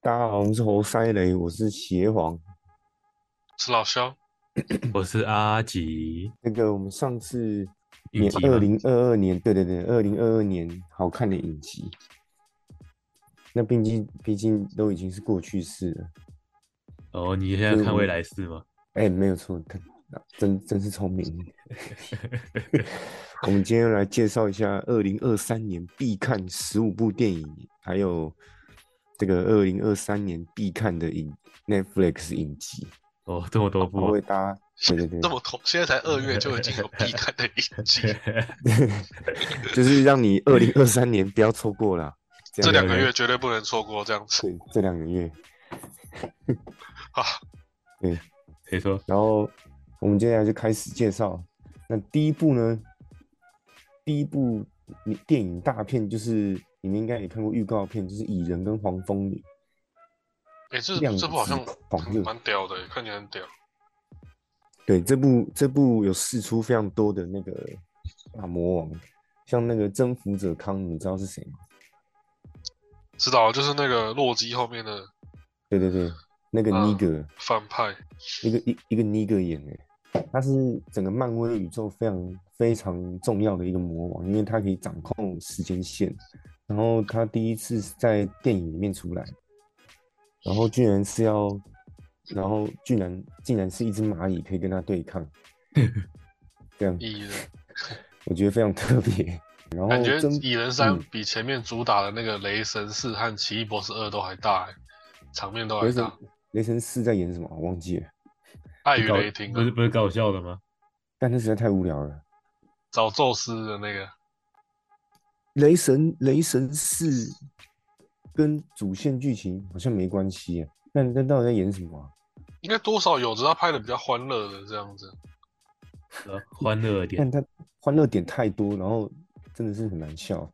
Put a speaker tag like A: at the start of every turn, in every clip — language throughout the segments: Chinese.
A: 大家好，我们是猴塞雷，我是邪皇。
B: 是老肖，
C: 我是阿吉，
A: 那个我们上次
C: 影
A: 年
C: 集吗
A: 二零二二年，对对对，二零二二年好看的影集。那毕竟毕竟都已经是过去式了，
C: 哦，你现在看未来式吗？
A: 哎、没有错，看真真是 聪明。我们今天来介绍一下二零二三年必看十五部电影，还有这个二零二三年必看的影 Netflix 影集，
C: 哦，这么多
A: 我
C: 部
A: 为，大家对对对
B: 这，么痛，现在才二月就已经有必看的影 集，
A: 就是让你二零二三年不要错过了。这
B: 这
A: 样
B: 两个月绝对不能错过这样子
A: 对，这两个月。
B: 啊！
C: 谁说？
A: 然后我们接下来就开始介绍。那第一部呢，第一部你电影大片就是你们应该也看过预告片，就是《蚁人》跟《黄蜂女》
B: 哎，这
A: 量
B: 这部好像
A: 级狂热。
B: 蛮屌的，欸看起来很屌。
A: 对，这部这部有试出非常多的那个大魔王，像那个征服者康，你知道是谁吗？
B: 知道，就是那个洛基后面的
A: 对对对，那个
B: 啊
A: 尼格、
B: 反派，
A: 一个一一个尼格演的，他是整个漫威宇宙非常非常重要的一个魔王，因为他可以掌控时间线。然后他第一次在电影里面出来，然后居然是要，然后居然竟然是一只蚂蚁可以跟他对 抗，这样
B: 蚁人，
A: 我觉得非常特别。然后
B: 感觉
A: 真
B: 蚁人三
A: 嗯
B: 比前面主打的那个雷神四和奇异博士二都还大欸，场面都还
A: 雷神
B: 大，
A: 雷神四在演什么？我忘记了，
B: 爱
C: 不
B: 与
C: 搞
B: 雷霆
C: 不是
B: 啊，
C: 不是搞笑的吗？
A: 但他实在太无聊了。
B: 找宙斯的那个，
A: 雷神雷神四跟主线剧情好像没关系耶，那那到底在演什么啊、
B: 应该多少有，只是他拍的比较欢乐的这样子。
C: 是吧呃欢乐一点，
A: 但他欢乐点太多，然后真的是很难笑。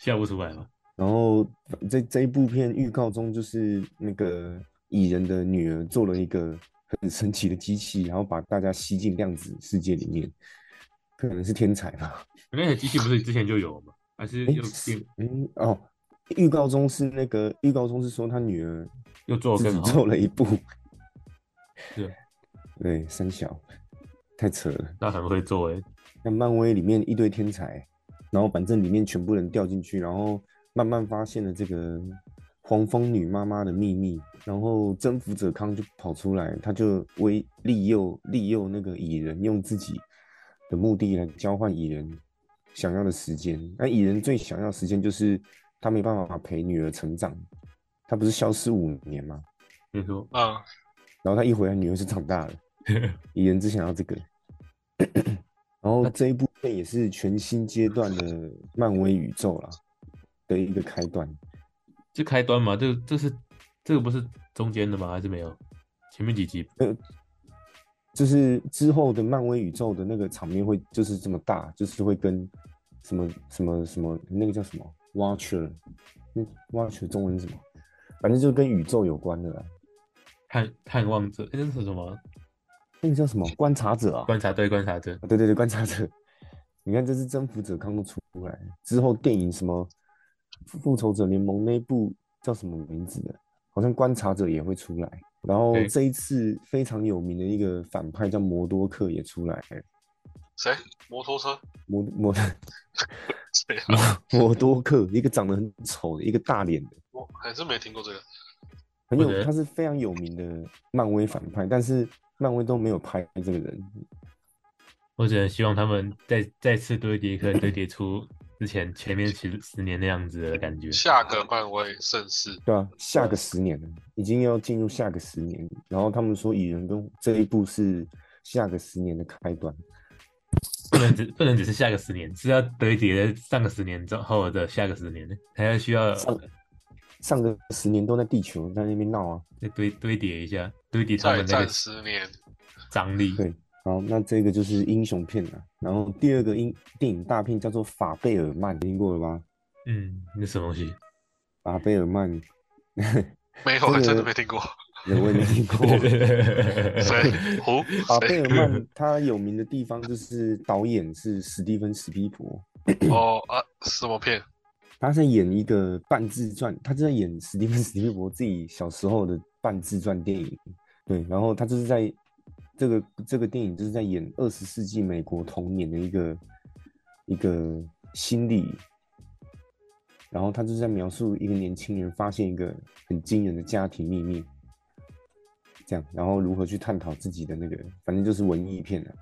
C: 笑不出来吗？
A: 然后这这一部片预告中，就是那个蚁人的女儿做了一个很神奇的机器，然后把大家吸进量子世界里面，可能是天才吧？
C: 那个机器不是之前就有吗？还是
A: 哎
C: 又
A: 是
C: 变
A: 嗯哦，预告中是那个预告中是说他女儿
C: 又做得
A: 自己
C: 哦更好？
A: 做了一 部，
C: 是，
A: 对，三小太扯了。
C: 那很会做哎，
A: 那漫威里面一堆天才，然后反正里面全部人掉进去，然后慢慢发现了这个黄蜂女妈妈的秘密，然后征服者康就跑出来，他就威利诱利诱那个蚁人用自己的目的来交换蚁人想要的时间。那蚁人最想要的时间就是他没办法陪女儿成长，他不是消失五年吗？
C: 你说
B: 啊，
A: 然后他一回来，女儿就长大了。蚁人只想要这个。然后这一部片也是全新阶段的漫威宇宙啦的一个开端。
C: 这开端嘛，这这是这个不是中间的吗？还是没有？前面几集
A: 就是之后的漫威宇宙的那个场面会就是这么大，就是会跟什么什么什么那个叫什么 Watcher，嗯，Watcher 中文是什么？反正就跟宇宙有关的啦。
C: 探探望者，哎那是什么？
A: 那个叫什么观察者啊？
C: 观察队观察者，
A: 对对对，观察者。你看，这是征服者康都出来了之后，电影什么《复仇者联盟》那一部叫什么名字的？好像观察者也会出来。然后
C: 对
A: 这一次非常有名的一个反派叫摩多克也出来了。
B: 谁？摩托车？
A: 摩摩
B: 谁啊？
A: 摩多克，一个长得很丑的，一个大脸的，
B: 我还真没听过这个。
A: 很
C: 我觉
A: 有，
C: 得
A: 他是非常有名的漫威反派，但是漫威都没有拍这个人。
C: 我只能希望他们再再次堆叠，可以堆叠出之前前面十十年那样子的感觉。
B: 下个漫威盛世，
A: 对啊，下个十年了，已经要进入下个十年。然后他们说，蚁人跟这一部是下个十年的开端。
C: 不能只不能只是下个十年，是要堆叠在上个十年之后的下个十年，还要需要
A: 上上个十年都在地球在那边闹啊。
C: 再堆堆叠一下，堆叠他
B: 再
C: 们那
B: 战
C: 个
B: 十年，
C: 张力。
A: 对好，那这个就是英雄片了。然后第二个英电影大片叫做《法贝尔曼》，听过了吗？
C: 嗯，那什么东西？
A: 法贝尔曼，
B: 没有，
A: 这个
B: 还真的没听过。
A: 我也没听 过。
B: 谁？胡？
A: 法贝
B: 谁？
A: 尔曼他有名的地方就是导演是史蒂芬·史皮伯，
B: 哦啊，什么片？
A: 他在演一个半自传，他就在演史蒂芬史蒂博自己小时候的半自传电影。对，然后他就是在这个这个电影就是在演二十世纪美国童年的一个一个心理，然后他就是在描述一个年轻人发现一个很惊人的家庭秘密，这样，然后如何去探讨自己的那个，反正就是文艺片了、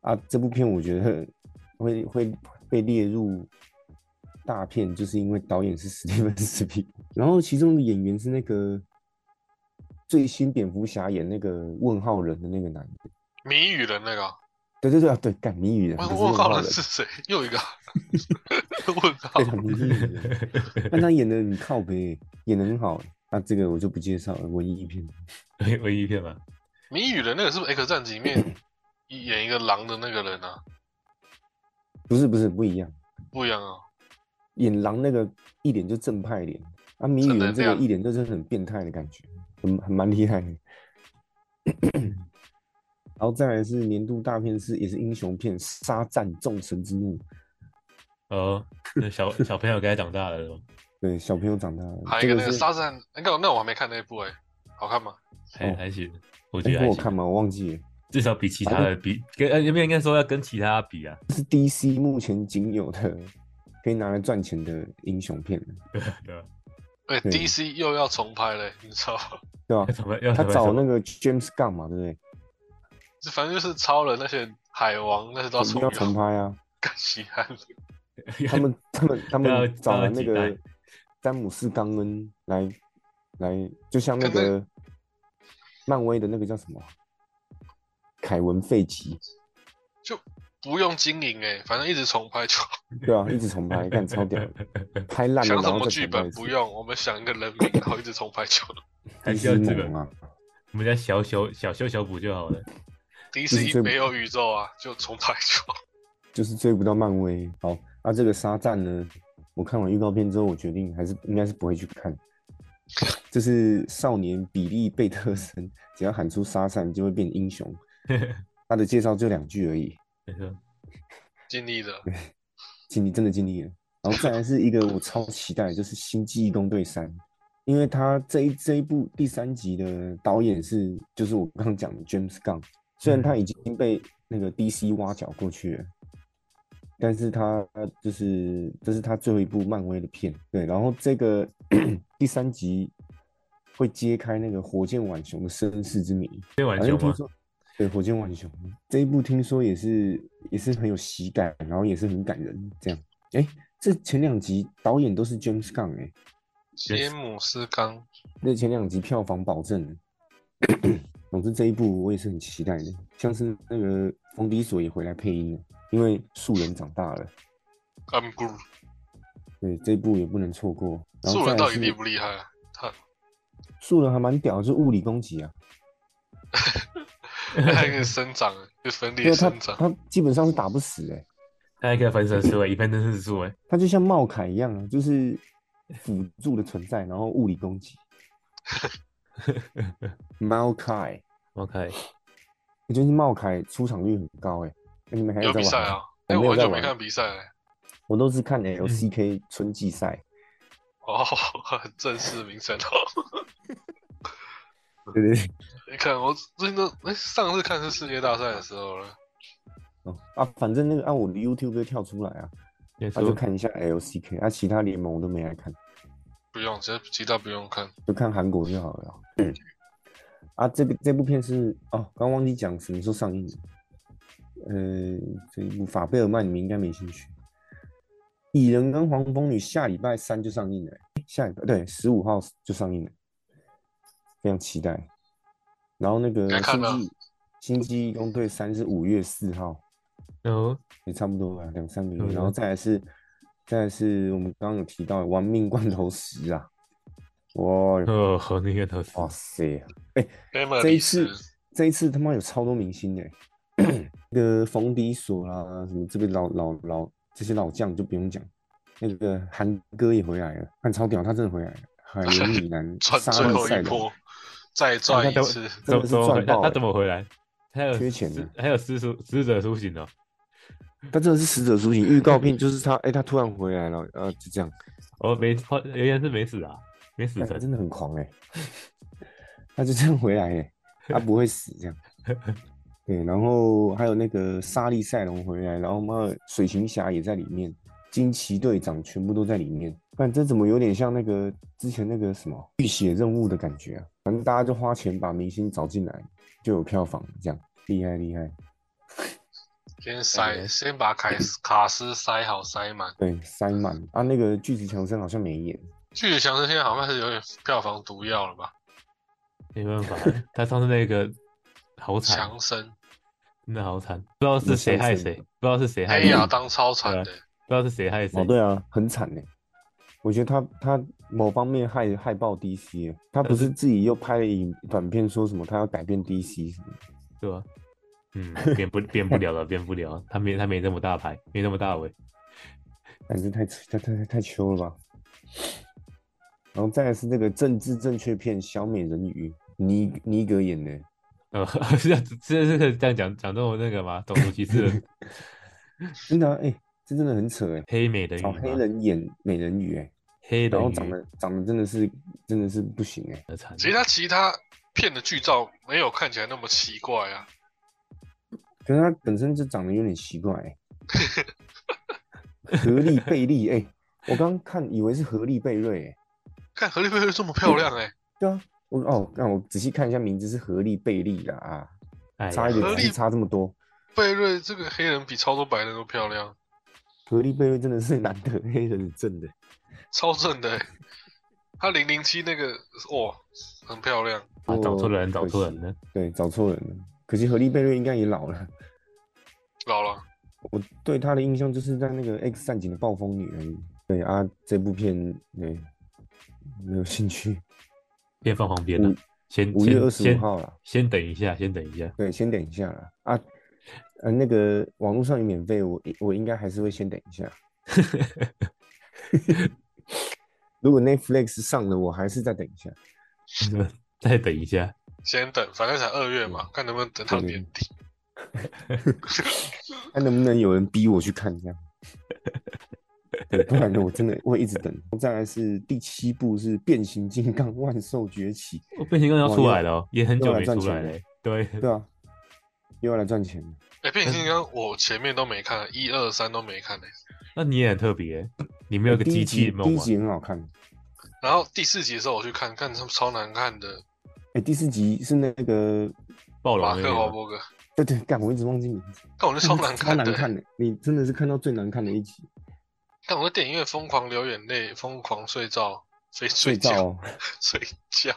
A: 啊。啊，这部片我觉得会会被列入大片，就是因为导演是史蒂芬史皮，然后其中的演员是那个最新蝙蝠侠演那个问号人的那个男的，
B: 谜语人那个啊，
A: 对对对啊，对，干谜语人，
B: 我
A: 不是
B: 问
A: 号
B: 号人是谁？又一个啊问号
A: 对，啊，谜语人，但他演的很靠北，演的很好。啊，这个我就不介绍了，文艺片。
C: 文文艺片嘛，
B: 谜语人那个是不是 X 战警里面演一个狼的那个人啊？
A: 不是不是不一样，
B: 不一样啊，
A: 演狼那个一脸就正派脸，啊，谜语人这
B: 正能
A: 个
B: 量
A: 一脸就是很变态的感觉，很很蛮厉害的。 然后再来是年度大片是也是英雄片《沙战众神之怒》，
C: 哦，那小小朋友该长大了是吗，
A: 对小朋友长大了，
B: 还有
A: 这
B: 一个那个
A: 是
B: 沙赞，那个那我还没看那一部哎，好看吗？
C: 还
A: 哦
C: 还行，我觉
A: 哎
C: 得
A: 我
C: 还
A: 有看
C: 行，
A: 吗？我忘记了，
C: 至少比其他的比跟呃，有没有应该说要跟其他比啊？
A: 这是 DC 目前仅有的可以拿来赚钱的英雄片了，
C: 对吧？
B: 哎
A: 对
B: ，DC 又要重拍嘞，你知道吗？
A: 对吧、
C: 要怎么要
A: 他
C: 怎么
A: 找那个 James Gunn 嘛，对不对？
B: 这反正就是超人那些海王那些都要重
A: 要重
B: 拍，
A: 拍啊，
B: 干稀罕。
A: 他们他们他
C: 要
A: 们找
C: 要
A: 了那
C: 几
A: 个
C: 代
A: 詹姆斯·冈恩来来，就像那
B: 可是
A: 个漫威的那个叫什么凯文·费奇，
B: 不用经营哎、反正一直重拍就好。
A: 对啊，一直重拍，干超屌的， 拍烂了
B: 想
A: 然
B: 什
A: 后
B: 么
A: 再
B: 剧
A: 重拍
B: 本
A: 一次
B: 不，用，我们想一个人 名，然后一直重拍就好。
C: 还
A: 迪
C: 是要
A: 士
C: 这
A: 猛
C: 个
A: 啊！
C: 我们家小修小修小补就好了。
A: 是
B: DC
A: 最
B: 没有宇宙啊，就重拍就好。
A: 就是追不到漫威。好，那、这个沙赞呢？我看完预告片之后，我决定还是应该是不会去看。这是少年比利贝特森，只要喊出沙赞就会变英 雄。他的介绍就两句而已，
C: 没错，
B: 尽力的，
A: 经历真的经历了。然后再来是一个我超期待的，就是《星际义工队三》，因为他这一这一部第三集的导演是就是我刚刚讲的 James Gunn，虽然他已经被那个 DC 挖角过去了，但是他就是这是他最后一部漫威的片，对。然后这个 第三集会揭开那个火箭浣熊的身世之谜，
C: 变晚
A: 反
C: 球
A: 正听
C: 吗？
A: 说，对《火箭浣熊》这一部听说也是也是很有喜感，然后也是很感人。这样，哎，这前两集导演都是 James Gunn 哎、
B: 詹姆斯刚
A: 那前两集票房保证。总之这一部我也是很期待的，像是那个冯迪索也回来配音了，因为素人长大了，
B: ，I'm Groot，
A: 对这一部也不能错过。然后
B: 素
A: 再
B: 人
A: 来
B: 到底
A: 是
B: 厉不厉害啊？ 他
A: 素人还蛮屌的，就是物理攻击啊，
B: 他 可以生长，啊就分
A: 因
B: 裂
A: 啊为他
B: 生长。
A: 他基本上是打不死哎、
C: 他还可以分身术哎，一分身是术哎，
A: 他就像茂凯一样啊，就是辅助的存在，然后物理攻击。 茂凯，
C: 我看
A: 我觉得哎茂凯出场率很高哎、欸，你们还
B: 有
A: 在
B: 比
A: 玩
B: 赛
A: 吗？
B: 啊？哎，
A: 我没有
B: 我很久
A: 在
B: 没
A: 玩
B: 看比赛欸了。
A: 我都是看 LCK 春季赛，
B: 哦， 很正式的名称哦。
A: 对对对。
B: 你看，我最近都哎，上次看是世界大赛的时候了。
A: 哦啊，反正那个按、我的 YouTube 就跳出来啊，
C: 没
A: 他、就
C: 错，
A: 看一下 LCK，啊，其他联盟我都没来看，
B: 不用，其实其他不用看。
A: 就看韩国就好了。嗯，啊，这个这部片是哦，刚忘记讲什么时候上映的。呃，这一部《法贝尔曼》你们应该没兴趣，《蚁人》跟《黄蜂女》下礼拜三就上映了欸、下礼拜对十五号就上映了，非常期待。然后那个
B: 该
A: 《
B: 看
A: 星
B: 了
A: 际星际义工队三》是五月四号，
C: 哦，
A: 也差不多吧，两三个
C: 差
A: 月。
C: 不
A: 然后
C: 多
A: 再来是再来是我们刚刚有提到的《玩命关头十》啊，哇
C: 哦，和那个头丝
A: 哇塞！这
B: Emily
A: 一
B: 是
A: 次，这一次他妈有超多明星的、欸 那个冯迪索啦，什么这个老老老这些老将就不用讲，那个韩哥也回来了，看超屌，他真的回来了， 海伦米兰
B: 赚
A: 沙
B: 最
A: 利
B: 后
A: 赛啊
B: 一
A: 的，
B: 波，再赚一次。
A: 真
C: 怎
A: 的
C: 么
A: 是
C: 怎么
A: 赚
C: 回他
A: 爆
C: 他
A: 了
C: 怎么回来？还有
A: 缺钱
C: 死
A: 呢
C: 还有死者苏醒哦，
A: 他真的是死者苏醒，预告片就是他，哎、他突然回来了，呃，就这样，
C: 哦，没他原来是没死啊，没死
A: 干
C: 成，
A: 真的很狂哎、 他就这样回来哎、他不会死这样。对，然后还有那个莎莉赛隆回来，然后妈的水行侠也在里面，惊奇队长全部都在里面。但这怎么有点像那个之前那个什么浴血任务的感觉啊？反正大家就花钱把明星找进来，就有票房这样，厉害厉害。
B: 先
A: 感觉
B: 塞，先把凯斯卡斯塞好塞满。
A: 对，塞满啊，那个巨石强森好像没演，
B: 巨石强森现在好像是有点票房毒药了吧？
C: 没办法， 他上次那个好惨，
B: 强森，
C: 真的好惨，不知道是谁害谁，不知道是谁害
B: 黑
C: 谁，
B: 亚
C: 不
B: 当超惨的，
C: 知道是谁害谁
A: 哦，，对啊，很惨呢。我觉得他他某方面害害爆 DC，欸他不
C: 呃
A: 是自己又拍了影短片说什么他要改变 DC 什么的？
C: 对吧？嗯，变不 变不了了，变不了，他没他没这么大牌，没那么大尾，
A: 感觉太太太太太秋了吧？然后再来是那个政治正确片《小美人鱼》，尼尼格演的，
C: 呃，这样这这个这样讲讲这种那个吗？种族歧 视的
A: 真的哎、欸这真的很扯哎、
C: 黑美人鱼
A: 找黑
C: 吗？
A: 人演美人鱼哎、欸
C: 啊黑
A: 然后
C: 人
A: 长
C: 鱼
A: 得长得真的是真的是不行哎、
C: 的惨，
B: 其实他其他片的剧照没有看起来那么奇怪啊。
A: 可是他本身就长得有点奇怪、 欸，合力贝利哎、欸我刚看以为是合力贝瑞、欸，
B: 看何丽贝贝这么漂亮哎、
A: 对啊，我哦，让我仔细看一下名字是合力贝利啦啊，
C: 哎呀
A: 差一
B: 合
A: 点
B: 力
A: 只是差这么多，
B: 贝瑞这个黑人比超多白人都漂亮，
A: 合力贝瑞真的是难得黑人正的，
B: 超正的、欸。他零零七那个哇、很漂亮，
C: 啊，找错人，
A: 可
C: 找错人
A: 惜
C: 了。
A: 对，找错人了，可惜合力贝瑞应该也老了，
B: 老了。
A: 我对他的印象就是在那个《X 战警》的暴风女而已，对啊，这部片对没有兴趣，
C: 先放旁边了
A: 五，
C: 先
A: 五月
C: 先
A: 二十
C: 先
A: 五号啦。
C: 先等一下，先等一下。
A: 对，先等一下啦。啊，呃，那个网络上有免费，我我应该还是会先等一下。 如果 Netflix 上了，我还是再等一下。
C: 再等一下，
B: 先等，反正才二月嘛，看能不能等到
A: 对对
B: 年底。
A: 看能不能有人逼我去看这样。 对，不然呢，我真的会一直等。再来是第七部是《变形金刚：万兽崛起
C: 我变形金刚要
A: 哇
C: 出
A: 又
C: 来了哦，也很
A: 又
C: 久
A: 来
C: 没
A: 赚
C: 出
A: 钱
C: 来
A: 了
C: 了。对，》，
A: 对啊，又要来赚钱了。
B: 哎、变形金刚我前面都没看，一二三都没看呢、
C: 那你也很特别，你没有个
A: 哎第一
C: 机器
A: 集，
C: 梦啊
A: 第一
C: 吗？
A: 集很好看。
B: 然后第四集的时候我去看，看他们超难看的，
A: 哎，第四集是那个，
C: 暴
B: 马
C: 龙那
B: 克华
C: 个吗，
B: 伯格，
A: 对对，干，我一直忘记名字。
B: 但我觉得超难
A: 嗯超
B: 看的、
A: 难
B: 欸。
A: 看的，你真的是看到最难看的一集。
B: 但我在电影院疯狂流眼泪，疯狂睡觉，睡
A: 睡
B: 觉
A: 觉、哦，
B: 睡觉。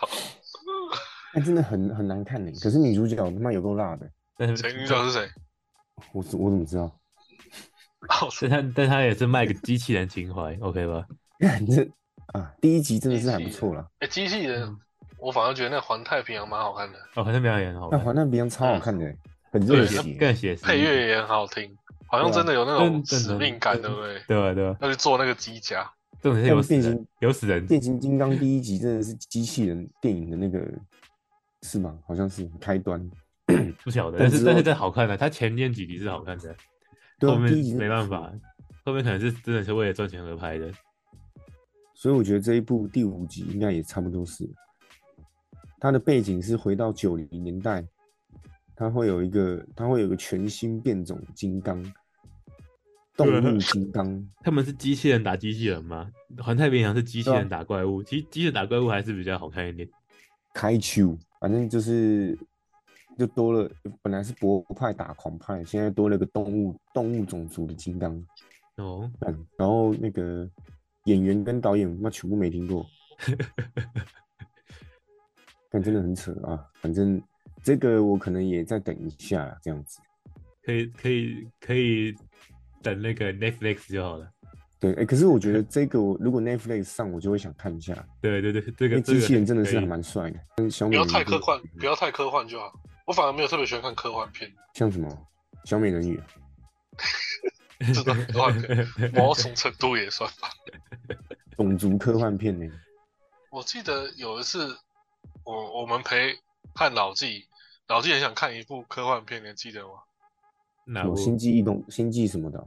A: 那、真的很很难看呢。可是女主角他妈有够辣的，
C: 但
B: 前女
C: 是
B: 角是谁？
A: 我怎我怎么知道？
B: 哦，
C: 但他但他也是卖个机器人情怀，OK 吧？
A: 看这啊，第一集真的是还不错啦。
B: 哎、机器人，我反而觉得那《环太平洋》蛮好看的，
C: 哦，那表演也很好
A: 那
C: 看
A: 《华，南比洋》超好看的，很热
C: 更
B: 对
C: 写
B: 那
A: 血。
C: 嗯更写实，
B: 配乐也很好听，好像真的有那种
C: 对啊
B: 使命感，
C: 真的
B: 对不对？
C: 对啊吧？对吧？
B: 要去做那个机甲，
C: 重点是
A: 但
C: 有死嗯
A: 变
C: 人
A: 形，
C: 有死人，
A: 变形金刚第一集真的是机器人电影的那个，是吗？好像是开端。
C: 不晓得，
A: 但
C: 但是
A: 之
C: 但是
A: 后
C: 这好看的，他前面几集是好看的，
A: 对、
C: 后
A: 啊，
C: 面
A: 第一集真的
C: 没
A: 不
C: 办
A: 错
C: 法。，后面可能是真的是为了赚钱而拍的。
A: 所以我觉得这一部第五集应该也差不多是，它的背景是回到九零年代，它会有一个它会有一个全新变种金刚，动物金刚，
C: 他们是机器人打机器人吗？环太平洋是机器
A: 对啊
C: 人打怪物，其实机器人打怪物还是比较好看一点。
A: 开丘，反正就是就多了，本来是博派打狂派，现在多了个动物动物种族的金刚，
C: 哦，
A: 嗯，然后那个演员跟导演那全部没听 过，但真的很扯啊！反正这个我可能也再等一下啦，这样子。
C: 可以可以可以等那个 Netflix 就好了。
A: 对，哎、可是我觉得这个我如果 Netflix 上，我就会想看一下，
C: 对对对，这
A: 因
C: 个
A: 为
C: 这
A: 机
C: 个
A: 器人真的
C: 可
A: 是还
C: 以
A: 蛮帅的。跟小
B: 不
A: 美
B: 要
A: 人
B: 太
A: 鱼
B: 科幻，不要太科幻就好。我反而没有特别喜欢看科幻片，
A: 像什么小美人鱼啊、
B: 这种科幻片 某种程度也算吧。
A: 种族科幻片呢、
B: 我记得有一次，我我们陪看老纪，老纪很想看一部科幻片，你还记得吗？
C: 哪
A: 有
C: 部？
A: 星际异动、星际什么的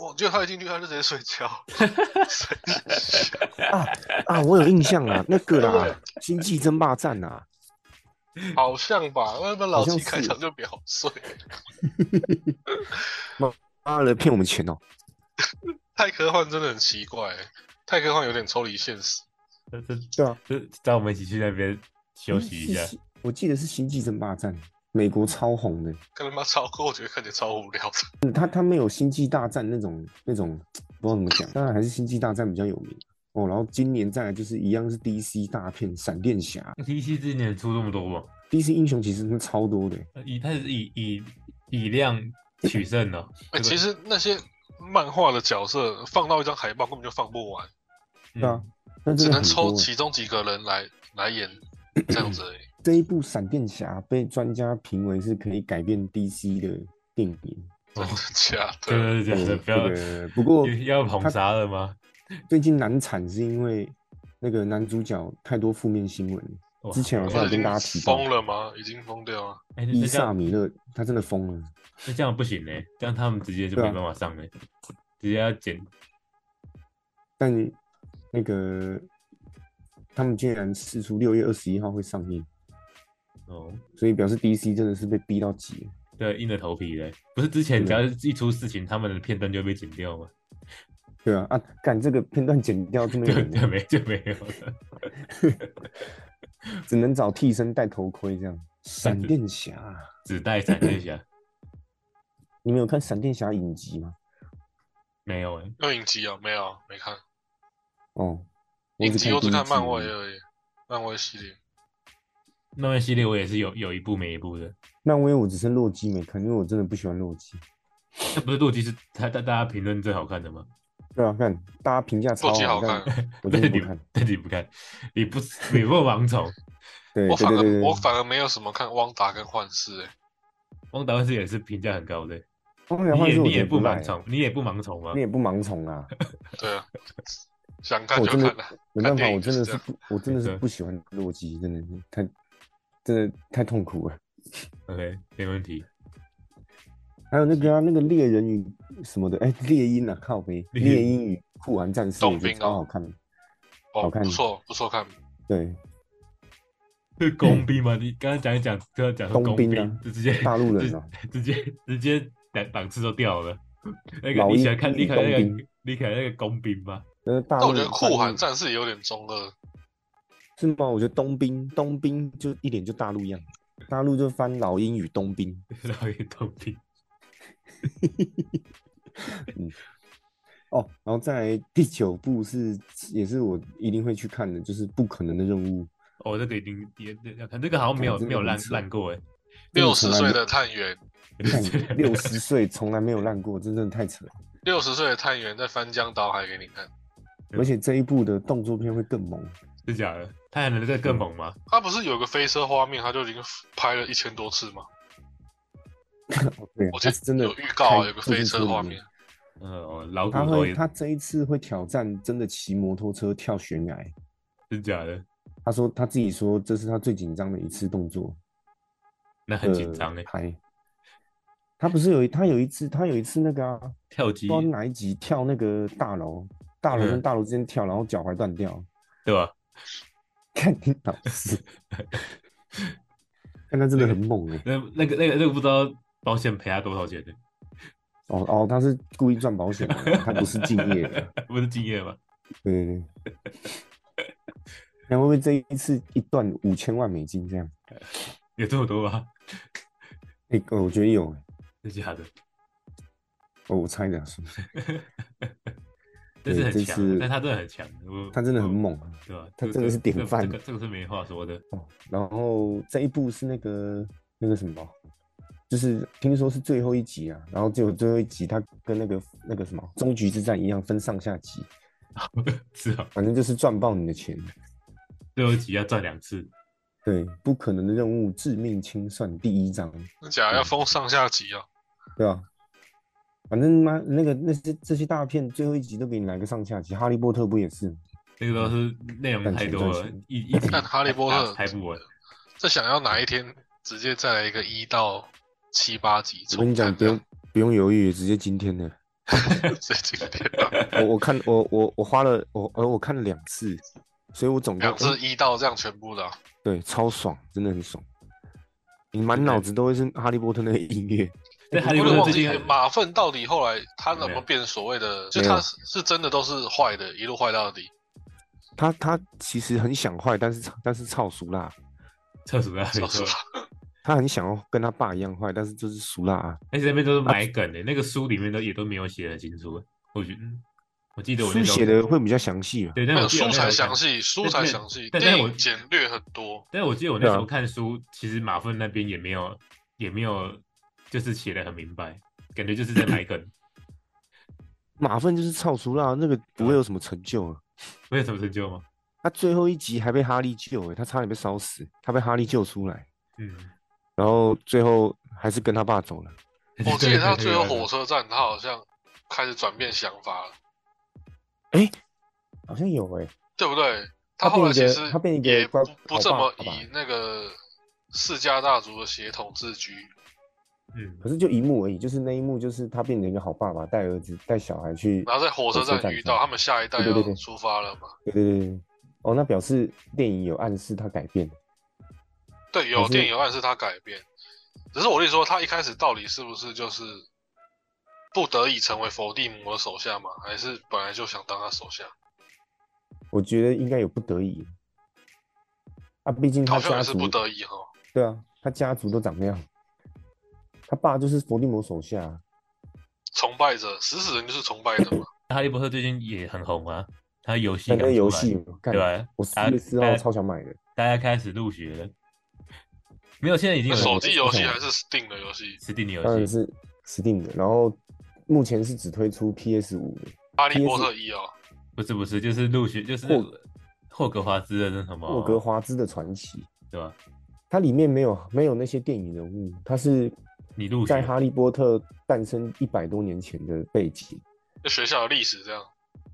B: 我觉得他一进去他就直接睡觉， 睡觉
A: 啊啊，我有印象啊，那个啦，星际争霸战啊，
B: 好像吧？那那老
A: 好像
B: 七
A: 是
B: 开场就比较好睡，
A: 妈的骗我们钱哦，
B: 太科幻真的很奇怪、太科幻有点抽离现实。
C: 这这
A: 对啊，
C: 这，让我们一起去那边休息一
A: 嗯
C: 下
A: 诶。是星我记得是星际争霸战，美国超红的，
B: 看他妈超酷，我觉得看起来超无聊的。
A: 嗯他他没有星际大战那种那种，不知道怎么讲，当然还是星际大战比较有名哦。然后今年再来就是一样是 DC 大片闪电侠
C: DC 今年出这么多吗？呃
A: ，DC 英雄其实真的超多的，
C: 以它是以以以量取胜哦。
B: 哎、
C: 这个
B: 其实那些漫画的角色放到一张海报根本就放不完，
A: 对啊
C: 嗯
A: 但
B: 只
A: 真的
B: 能
A: 很
B: 抽
A: 多。
B: 其中几个人来来演这样子而已。
A: 这一部闪电侠被专家评为是可以改变 DC 的电影，
B: 真的假
C: 真
B: 的？
C: 的是
A: 嗯
C: 假的，不要
A: 这个不过
C: 要捧杀了吗？
A: 最近难产是因为那个男主角太多负面新闻，
C: 哇
A: 之前好
B: 不
A: 像
B: 是
A: 有
B: 已
A: 跟大家
B: 经
A: 提到
B: 疯了吗？已经疯掉了。
C: 哎，那
A: 伊
C: 那这
A: 萨
C: 样
A: 米勒他真的疯了。
C: 那这样不行嘞，这样他们直接就
A: 对
C: 没
A: 啊
C: 办法上嘞，直接要剪。
A: 但那个他们竟然试出六月二十一号会上映，
C: 哦，
A: 所以表示 DC 真的是被逼到极了。
C: 对，硬着头皮嘞。不是之前只
A: 对
C: 要一出事情，他们的片段就被剪掉吗？
A: 对啊，啊，干这个片段剪掉这么
C: 对
A: 远，
C: 对，没 就没有了。
A: 只能找替身戴头盔这样。闪
C: 是
A: 电侠，
C: 只带闪电侠，
A: 你们有看闪电侠影集吗？
C: 没有哎。
B: 有影集啊？没有，没看。
A: 哦，我
B: 影集我只
A: 第一
B: 看漫
A: 集
B: 威
A: 而已
B: 而已，漫威系列。
C: 漫威系列我也是有有一部没一部的，
A: 漫威我只剩洛基没看，因为我真的不喜欢洛基。
C: 那不是洛基是他大大家评论最好看的吗？
A: 对啊，看大家评价超
B: 洛基好
A: 但
B: 看，
A: 我
C: 那
A: 就是不
C: 你
A: 看。
C: 那 你不看，你不你不盲从。
A: 对
B: 我
A: 对
B: 反
A: 对
B: 而
A: 对
B: 我
A: 对，
B: 反而没有什么看汪达跟幻视、欸，
C: 汪达是也是评价很高的，
A: 光
C: 你
A: 良幻
C: 也
A: 是我
C: 你
A: 觉
C: 也
A: 得
C: 不
A: 赖
C: 盲
A: 啊，
C: 从，你也不盲从吗
A: 你？也不盲从 啊。
B: 对啊，想看
A: 我
B: 就
A: 真的
B: 看啊。
A: 没办
B: 看
A: 法，
B: 电
A: 我
B: 影就
A: 真的
B: 是
A: 是不，我真的是
C: 对
A: 不喜欢洛基，真的是太，真的太痛苦了。
C: OK，没问题。
A: 还有那个啊，那个猎人与什么的，哎，猎鹰啊，靠背，
C: 猎
A: 猎鹰与酷寒战士，
B: 冬
A: 我觉得
B: 兵
A: 超
B: 哦
A: 好看。
B: 哦，
A: 好看
B: 不错不错看，
A: 对，
C: 是工兵吗？你刚刚讲一讲，就要讲说
A: 工
C: 工
A: 兵
C: 兵，
A: 啊
C: 就直接
A: 大 陆人
C: 直
A: 啊，
C: 直接直接档档次都掉了。那个
A: 老
C: 你
A: 鹰
C: 喜欢看
A: 鹰
C: 你
A: 与
C: 看那
A: 冬
C: 个
A: 兵
C: 你看那个工兵吗？
A: 那大
B: 但
A: 陆
B: 我觉得酷寒
A: 大陆
B: 战士也有点中二。
A: 是吗？我觉得冬兵，冬兵就一脸就大陆样，大陆就翻老鹰与冬兵。
C: 老鹰工兵，
A: 哦，然后再来第九部是也是我一定会去看的，就是《不可能的任务》，
C: 哦，这个已经也也要看，这个好像没有
A: 感觉
C: 没有
A: 很
C: 烂
A: 扯
C: 烂过哎。
A: 真
B: 六
A: 的从
B: 十
A: 来
B: 岁
A: 没
B: 的探员，
A: 看 六 十岁从来没有烂过，真的太扯了。
B: 六十岁的探员在翻江倒海给你看，
C: 对
A: 而且这一部的动作片会更猛，
C: 是假的，他还能再更猛吗？
B: 他不是有个飞车画面，他就已经拍了一千多次吗？
A: 对啊，
B: 我
A: 他
B: 记
A: 是真的
B: 有预告啊，
A: 开
B: 有个
A: 最
B: 飞
A: 近出
B: 车
A: 的
B: 画
A: 里面
B: 面，
C: 嗯，哦，老骨
A: 他
C: 头
A: 会
C: 也
A: 他这一次会挑战真的骑摩托车跳悬崖，
C: 是假的，
A: 他说他自己说这是他最紧张的一次动作，
C: 那很紧张
A: 哎
C: 哎，。
A: 拍他不是有一他有一次他有一次那个啊，
C: 跳
A: 不
C: 机
A: 知道哪一集跳那个大楼，大楼跟
C: 嗯
A: 大楼之间跳，然后脚踝断掉，
C: 对吧？
A: 看你 老师， 看他真的很猛哎、
C: 那那个那个那个不知道保险赔他多少钱的，
A: 哦哦，他是故意赚保险的，他不是敬业的。
C: 不是敬业吗？
A: 对对对。那会不会这一次一段五千万美金这样？
C: 有这么多吗？
A: 哎、欸，我觉得有、欸，
C: 是假的，
A: 哦，我猜的，是
C: 但是
A: 对
C: 很
A: 这
C: 强
A: 是，
C: 但他真的很强，我
A: 他真的很
C: 我
A: 猛、啊。
C: 对吧？
A: 他
C: 这
A: 真的
C: 个
A: 是典
C: 这个
A: 范
C: 这个这个是没话说的。
A: 哦，然后这一部是那个那个什么，就是听说是最后一集啊，然后只有最后一集，他跟那个那个什么终局之战一样分上下集，
C: 是啊，
A: 反正就是赚爆你的钱。
C: 最后一集要赚两次，
A: 对，不可能的任务，致命清算第一章，
B: 那假的要封上下集啊！
A: 对吧、反正妈那个那些这些大片最后一集都给你来个上下集，《哈利波特》不也是？
C: 那个都是内容
A: 嗯赚
C: 太
A: 钱
C: 多
A: 赚
C: 了
A: 钱，
C: 一一集
B: 但哈利波特
C: 打拍嗯不完。
B: 这想要哪一天直接再来一个一到七八集
A: 我跟
B: 重
A: 你讲，
B: 看
A: 不
B: 这
C: 啊
A: 用
B: 样，
A: 不用犹豫，直接今天 的。
B: 这几天 啊，
A: 我我看我我我花了我呃我看了两次，所以我总共嗯
B: 两次一到这样全部的啊、
A: 对超爽，真的很爽。你满脑子都会是哈利波特那个音乐，
C: 在哈利
B: 哎我有点
C: 波特
B: 忘
C: 最
B: 记
C: 近还
B: 马粪到底后来他怎
C: 没
B: 么
C: 有
B: 变所谓的，就
A: 没有
B: 他是是真的都是坏的，一路坏到底。
A: 他他其实很想坏，但是但是超俗辣，
C: 厕所啊， 没
B: 说实
C: 错，
B: 话，
A: 他很想要跟他爸一样坏，但是就是俗辣啊。
C: 而且那边都是埋梗的，那个书里面都也都没有写的清楚。我觉得，嗯我记得我那
A: 书
C: 时候
A: 写的会比较详细啊，
C: 对，但
B: 没
C: 是
B: 有
C: 我
B: 书
C: 记得我那时候
B: 才
C: 看
B: 详细，书才详细，
C: 但但
B: 电
C: 我
B: 影简略很多。
C: 但是我记得我那时
A: 对
C: 候
A: 啊
C: 看书，其实马粪那边也没有，也没有，就是写的很明白，感觉就是在埋 梗，
A: 马粪就是超俗辣，那个不会有什么成就啊。
C: 没有什么成就吗？
A: 他最后一集还被哈利救、欸，他差点被烧死，他被哈利救出来，
C: 嗯，
A: 然后最后还是跟他爸走了。
B: 我记得他最后
C: 对
B: 火车站，他好像开始转变想法了，
A: 好像有哎、
B: 对不对？
A: 他
B: 后
A: 变
B: 来其
A: 一个
B: 实
A: 他变一个
B: 也
A: 乖
B: 不不这么
A: 好爸爸
B: 以那个世家大族的血统自居，
C: 嗯
A: 可，是就一幕而已，就是那一幕，就是他变成一个好爸爸，带儿子带小孩去。
B: 然后在火车
A: 火车
B: 站
A: 站
B: 遇到
A: 上
B: 他们下一代
A: 对对
B: 要
A: 对对
B: 出发了嘛？
A: 对对对对，哦，那表示电影有暗示他改变了。
B: 对，有
A: 可是
B: 电影有暗示他改变，只是我跟你说，他一开始到底是不是就是不得已成为伏地魔的手下嘛？还是本来就想当他手下？
A: 我觉得应该有不得已。啊，毕竟他
B: 好像
A: 家
B: 也是
A: 族
B: 不得已哈。
A: 对啊，他家族都长那样，他爸就是伏地魔手下啊。
B: 崇拜者，食死人就是崇拜者嘛。
C: 哈利波特最近也很红啊，他游戏
A: 那
C: 刚
A: 个
C: 出
A: 游
C: 来
A: 戏嘛，干
C: 对啊哎吧？
A: 我
C: 大
A: 四
C: 家
A: 月四
C: 大
A: 号
C: 家
A: 超想买的，
C: 大家开始入学了，没有，现在已经
B: 那
C: 有
B: 啊手机游戏
A: 我嗯
B: 还是 Steam 的游戏，
C: Steam 游
A: 当然
C: 戏，
A: 是 Steam 的。然后目前是只推出 PS 五的，
B: 《哈利波特一》哦，
C: 不是不是，就是入学就是
A: 霍
C: 霍格华兹的那什么
B: 哦
A: 《霍格华兹的传奇》，
C: 对吧？
A: 它里面没有没有那些电影人物，它是
C: 你入
A: 在
C: 学
A: 哈利波特诞生一百多年前的背景。
B: 就学校的历史这样。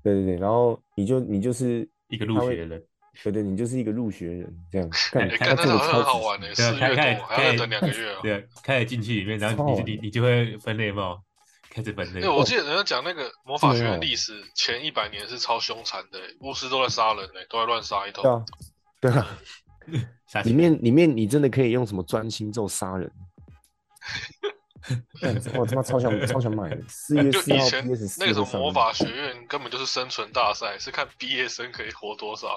A: 对对对，然后你就你就是
C: 一个入
A: 他会
C: 学了，
A: 对对，你就是一个入学人这 样。干
C: 哎
B: 哎，
A: 他
B: 看
C: 干
B: 那
A: 这
B: 个
A: 个
B: 好像
A: 超
B: 很好
A: 级
B: 玩欸呢，四
C: 对啊开
B: 月
C: 开
B: 多还要再
C: 开
B: 等两个月哦。
C: 对啊，开始进去里面，然后
A: 超
C: 你
A: 好
C: 就
A: 玩
C: 你你就会分类帽，开始分类
B: 因为。我记得人家讲那个魔法学
A: 是哦
B: 院历史前一百年是超凶残的，巫师都在杀人呢，都在乱杀一
A: 对
B: 通。
A: 啊，对啊，
C: 下去
A: 里面里面你真的可以用什么专心咒杀 人？干我他妈超想超想买的，四月
B: 就
A: 四
B: 以
A: 号
B: 前
A: PS
B: 那
A: 四
B: 个什
A: 的
B: 么
A: 上
B: 魔法学院根本就是生存大赛，是看毕业生可以活多少。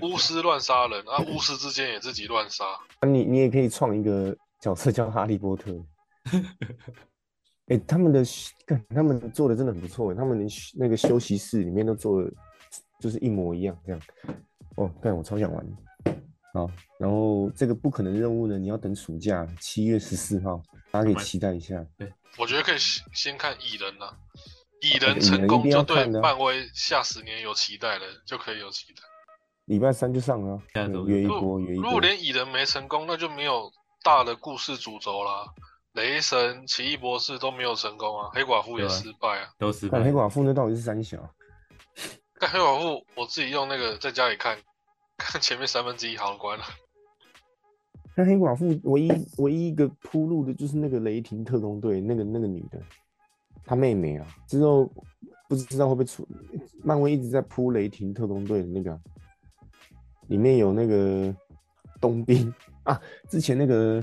B: 巫师乱杀人啊，巫师之间也自己乱杀。
A: 啊你你也可以创一个角色叫哈利波 特。哎、他们的干他们做的真的很不错欸，他们连休那个休息室里面都做的就是一模一样这样。哦，干我超想玩。好，然后这个不可能任务呢，你要等暑假七月十四号，大家可以期待一下。
B: 我觉得可以先先看蚁人呐、蚁人
A: 啊蚁人
B: 成
A: 一
B: 功
A: 定要
B: 就对
A: 看的啊
B: 漫威下十年有期待了，就可以有期待。
A: 礼拜三就上了啊，
C: 下周
A: 嗯约一
C: 就
B: 上
A: 波约一
B: 如
A: 波
B: 果。连蚁人没成功，那就没有大的故事主轴啦。雷神、奇异博士都没有成功啊，黑寡妇也
C: 对啊
B: 失败啊。
C: 都失败
A: 但。黑寡妇那到底是三小？啊
B: 但黑寡妇我自己用那个在家里看，看前面三分之一好关了。
A: 那黑寡妇唯一唯一一个铺路的就是那个雷霆特工队那个那个女的，她妹妹啊，之后不知道会不会出，漫威一直在铺雷霆特工队的那个啊、里面有那个冬兵 啊，之前那个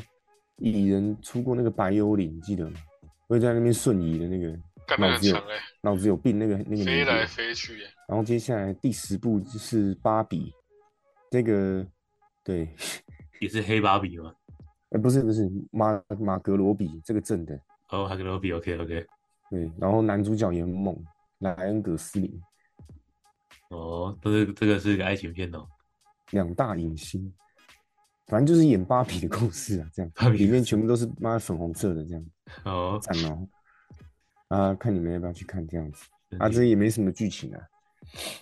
A: 蚁人出过那个白幽灵，记得吗？会在那边瞬移的那个
B: 看那
A: 脑
B: 个
A: 子有
B: 强哎、
A: 脑子有病那个那个女
B: 飞
A: 的
B: 来飞去、欸，
A: 然后接下来第十部就是芭比，那个对，
C: 也是黑芭比吗？
A: 呃，不是不是马马格罗比这个镇的，
C: 哦，还跟罗比 OK OK。
A: 对，然后男主角也很猛，莱恩·葛斯林，
C: 哦，这是这个是个爱情片哦。
A: 两大影星，反正就是演芭比的故事啊，这样
C: 芭比
A: 里面全部都是妈粉红色的这样，
C: 哦，
A: 赞哦，啊，看你们要不要去看这样子，啊，
C: 真的
A: 这也没什么剧情啊，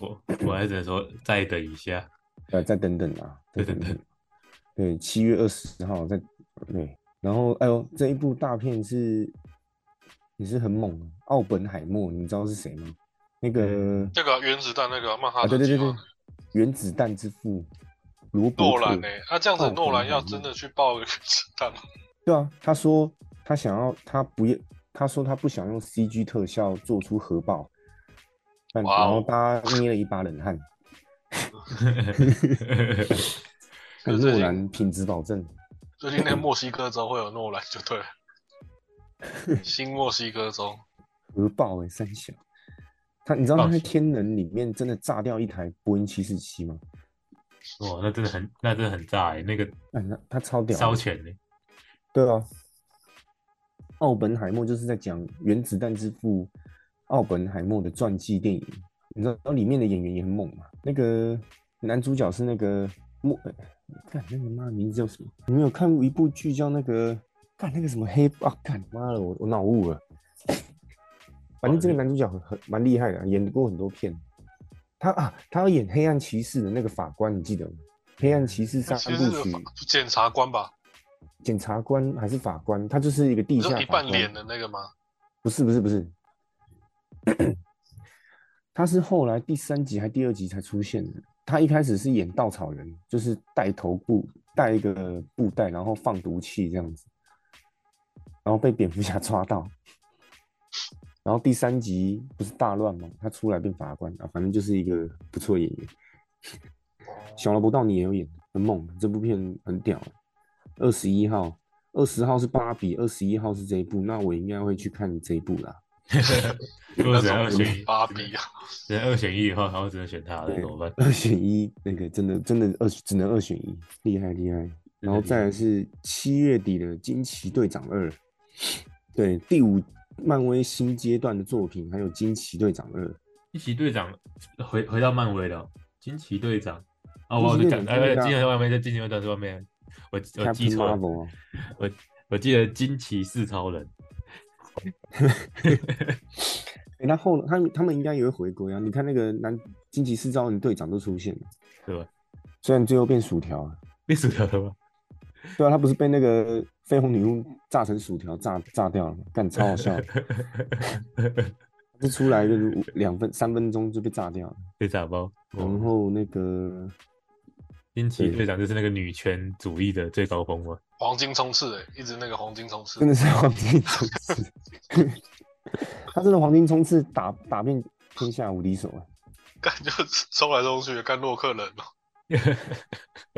C: 我我还只能说再等一下。
A: 呃，再等等啊，再
C: 对对
A: 等
C: 对
A: 等， 对，七月二十号再对，然后哎呦，这一部大片是也是很猛啊，奥本海默，你知道是谁吗？那个。
C: 嗯
B: 那个啊原子弹那个啊曼哈
A: 啊，对
B: 顿
A: 对
B: 计
A: 对
B: 划
A: 对，原子弹之父罗伯
B: 诺
A: 特，
B: 兰呢、那、这样子
A: 哦
B: 诺兰要
A: 嗯
B: 真的去爆原子弹吗？
A: 对啊，他说他想要他不要他说他不想用 CG 特效做出核爆，但
B: 哇哦
A: 然后大家捏了一把冷汗。
B: 就
A: 看
B: 最
A: 诺
B: 近
A: 兰品质保证，
B: 最近那个墨西哥州会有诺兰就对 了，新墨西哥州
A: 核爆哎、三小。他你知道他
C: 爆
A: 在
C: 血
A: 天能里面真的炸掉一台波音七四七吗？
C: 哇，那真的很，那真的很炸哎，那个
A: 啊，那他超屌的，
C: 烧钱欸呢，
A: 对啊，奥本海默就是在讲原子弹之父奥本海默的传记电影，你知道，然后里面的演员也很猛嘛。那个男主角是那个莫，呃看那个妈的名字叫什么？你没有看过一部剧叫那个看那个什么黑啊？看妈的，我我脑雾了。反正这个男主角很很蛮厉害的，啊演过很多片。他啊，他要演《黑暗骑士》的那个法官，你记得吗？《黑暗骑士》三
B: 其
A: 部
B: 实
A: 曲
B: 是。检察官吧，
A: 检察官还是法官，他就是一个地
B: 你
A: 下
B: 说一
A: 法
B: 半
A: 官
B: 脸的那个吗？
A: 不是不是不 是，他是后来第三集还第二集才出现的。他一开始是演稻草人，就是带头布带一个布袋，然后放毒气这样子，然后被蝙蝠侠抓到。然后第三集不是大乱吗？他出来变法官啊，反正就是一个不错的演员。小萝卜到你也有演，很猛，这部片很屌。二十一号，二十号是芭比，二十一号是这一部，那我应该会去看这一部啦。
C: 如果
B: 那
C: 只能二
B: 种
C: 选一，
B: 芭比啊，
C: 只能二选一的话，然后只能选他了，
A: 对
C: 怎么办？
A: 二选一，那个真的真的二只能二选一，厉害厉害。然后再来是七月底的《惊奇队长二》，对第五漫威新阶段的作品，还有《惊奇队长二》。
C: 惊奇队长回回到漫威了哦，惊奇队长啊，
A: 惊
C: 我
A: 奇
C: 就
A: 队
C: 讲
A: 长
C: 哎，
A: 是那
C: 哎
A: 个啊
C: 惊奇队长外面在惊奇队长是外面，我我记
A: Captain
C: 错了，
A: Marvel 啊
C: 我我记得惊奇四超人，
A: 哎、那后他们他们应该也会回归啊！你看那个男惊奇四超人队长都出现了，
C: 对吧？
A: 虽然最后变薯条啊了。
C: 被薯条了吗？
A: 对啊，他不是被那个绯红女巫炸成薯条炸炸掉了吗？干超好 笑的，这出来就是五两分三分钟就被炸掉了。
C: 被炸包。
A: 然
C: 哦，
A: 后那个
C: 惊
A: 嗯
C: 奇
A: 对
C: 队长就是那个女权主义的最高峰吗？
B: 黄金冲刺哎、一直那个黄金冲刺
A: 真，的是黄金冲刺， 他真的黄金冲刺打打遍天下无敌手啊！
B: 干就冲来冲去，干洛克人 哦，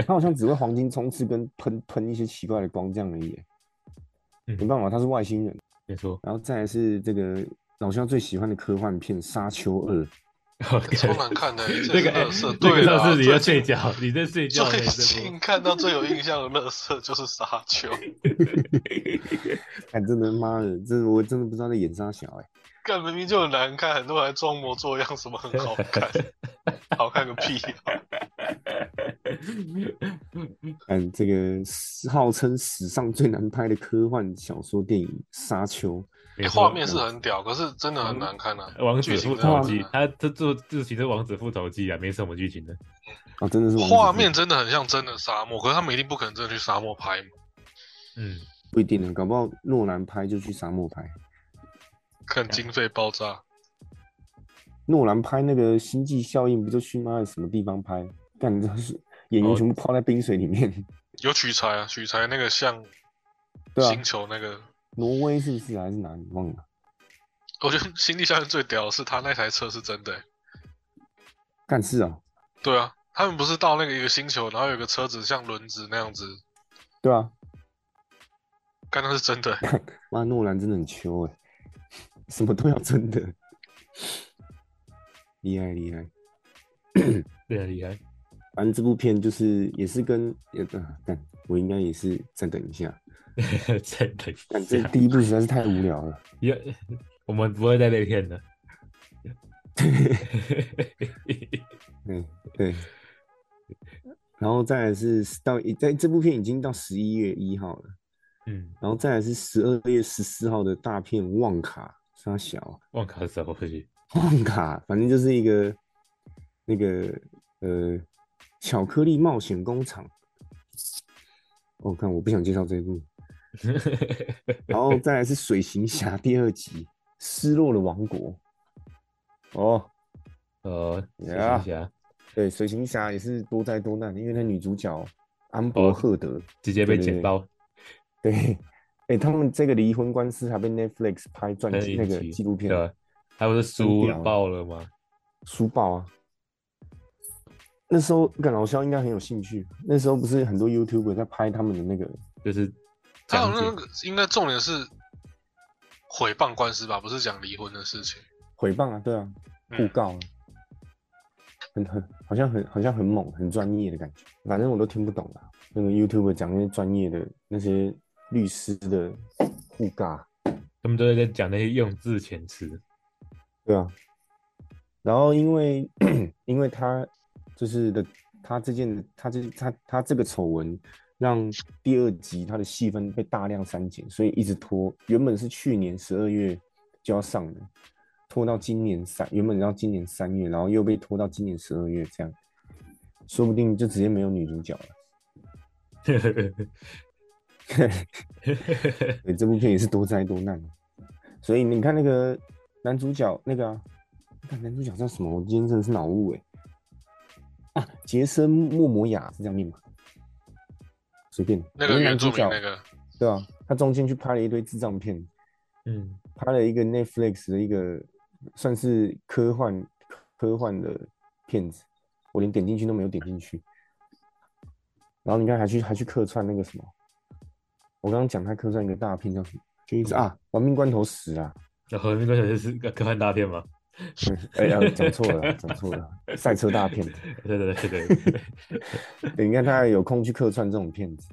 A: 他好像只会黄金冲刺跟喷喷一些奇怪的光这样而已欸。
C: 嗯
A: 没办法，他是外星人。
C: 没 错，
A: 然后再来是这个老肖最喜欢的科幻片《沙丘二》，
B: 超难看的、欸，
C: 那
B: 这
C: 个
B: 乐色，
C: 那个
B: 对
C: 倒
B: 了，
C: 是你在
B: 最
C: 睡
B: 近
C: 觉，你在睡觉，
B: 最
C: 这
B: 近看到最有印象的乐色就是沙丘，
A: 哎，真的妈的，这我真的不知道在演啥小哎、
B: 干明明就很难看，很多人还装模作样，什么很好看，好看个屁、 啊！
A: 嗯，这个是号称史上最难拍的科幻小说电影《沙丘》，
B: 欸画面是很屌，可是真的很难看啊。
C: 王子复
B: 复
C: 仇
A: 仇
C: 记
B: 记》，
C: 他这做这其实《王子复仇记》啊，没什么剧情的。
A: 哦，真的是王子
B: 画
A: 复
B: 面真的很像真的沙漠，可是他们一定不可能真的去沙漠拍嘛。
C: 嗯，
A: 不一定啊，搞不好诺兰拍就去沙漠拍。
B: 看经费爆炸，
A: 诺兰拍那个《星际效应》不就去妈的什么地方拍？干，真是 演员
C: 哦
A: 全部泡在冰水里面。
B: 有取材啊，取材那个像
A: 对啊
B: 星球那个，
A: 挪威是不是还是哪里忘了？
B: 我觉得《星际效应》最屌的是他那台车是真的欸、
A: 干是啊，
B: 对啊，他们不是到那个一个星球，然后有个车子像轮子那样子，
A: 对啊，
B: 干那是真的欸、
A: 妈诺兰真的很秋哎、什么都要真的，厉害厉害。
C: 非常厉害。
A: 反正这部片就是也是跟也啊，干、我应该也是再等一下。
C: 再等
A: 但
C: 一
A: 这
C: 下，
A: 啊第一部实在是太无聊了，
C: 有啊我们不会再被骗的。
A: 嗯，对。然后再来是到在这部片已经到十一月一号了，
C: 嗯，
A: 然后再来是十二月十四号的大片《旺卡》，它小
C: 旺卡什么回 去？
A: 《旺卡》，反正就是一个那个呃巧克力冒险工厂。我、看我不想介绍这一部，然后再来是《水行侠》第二集《失落的王国》。哦，
C: 呃，水
A: 呀
C: 行侠
A: 对，《水行侠》也是多灾
C: 哦
A: 多难，因为那女主角安博赫德，
C: 直接
A: 对
C: 被
A: 对
C: 剪
A: 对
C: 刀，
A: 对，哎、哎、他们这个离婚官司还被 Netflix 拍传
C: 跟
A: 记
C: 影
A: 那个
C: 集
A: 纪录片
C: 对，啊吧？他不是
A: 真
C: 输
A: 屌
C: 爆了吗？
A: 书报啊。那时候干老肖应该很有兴趣，那时候不是很多 YouTuber 在拍他们的那个，
C: 就是
B: 他好
C: 讲解
B: 像那个应该重点是毁谤官司吧，不是讲离婚的事情。
A: 诽谤啊，对啊，互
B: 嗯，
A: 告啊，很很好像很好像很猛很专业的感觉，反正我都听不懂啊。那个 YouTube 讲那些专业的那些律师的啊互尬，
C: 他们都会在讲那些用字遣词，
A: 对啊。然后因为因为他就是的，他这件他这他他这个丑闻，让第二集他的戏份被大量删减，所以一直拖。原本是去年十二月就要上的，拖到今年三，原本要今年三月，然后又被拖到今年十二月，这样，说不定就直接没有女主角了。对，这部片也是多灾多难啊。所以你看那个男主角那个、啊，看男主角叫什么？我今天真的是脑雾哎。啊，杰森·莫摩亚是这样念吗？随便。
B: 那
A: 反
B: 个
A: 正
B: 原
A: 男
B: 住
A: 主
B: 民
A: 角
B: 那个，
A: 对啊，他中间去拍了一堆智障片，
C: 嗯，
A: 拍了一个 Netflix 的一个算是科幻科幻的片子，我连点进去都没有点进去。然后你看还去还去客串那个什么，我刚刚讲他客串一个大片叫什么？就一直啊，玩命关头十啊，
C: 那和那个小就是个科幻大片嘛，
A: 嗯哎呀，讲错了啊，讲错了啊，赛车大片。
C: 对对对 对，
A: 对，你看他还有空去客串这种片子，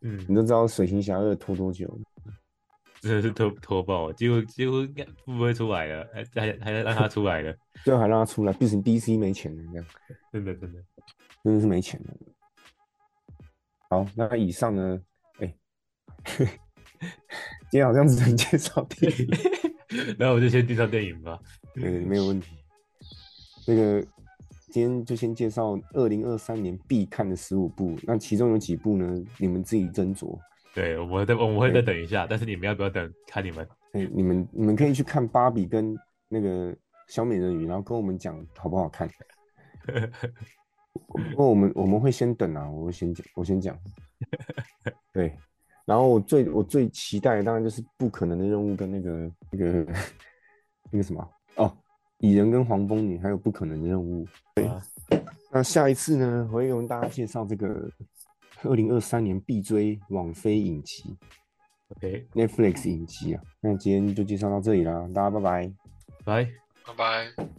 C: 嗯
A: 你，都知道水行侠二拖多久了。
C: 真的是拖拖爆，几乎几乎应该不会出来了，还还还让他出来了，
A: 最后还让他出来，变成 DC 没钱了这样。
C: 真的真的，
A: 真的是没钱了。好，那以上呢？哎、 今天好像只能介绍电影，
C: 然后我就先介绍电影吧，
A: 对，没有问题。那个今天就先介绍二零二三年必看的十五部，那其中有几部呢？你们自己斟酌。
C: 对，我们再我们会再等一下，但是你们要不要等？看你们，
A: 哎、你们你们可以去看芭比跟那个小美人鱼，然后跟我们讲好不好看。不过我们我们会先等啊，我会先讲，我先讲。对，然后我最我最期待的当然就是《不可能的任务》跟那个那个那个什么哦，蚁人跟黄蜂女，还有《不可能的任务》。对
C: 啊，
A: 那下一次呢，我会跟大家介绍这个二零二三年必追网飞影集
C: OK，
A: Netflix 影集啊。那今天就介绍到这里啦，大家拜拜。
C: 拜。
B: 拜拜。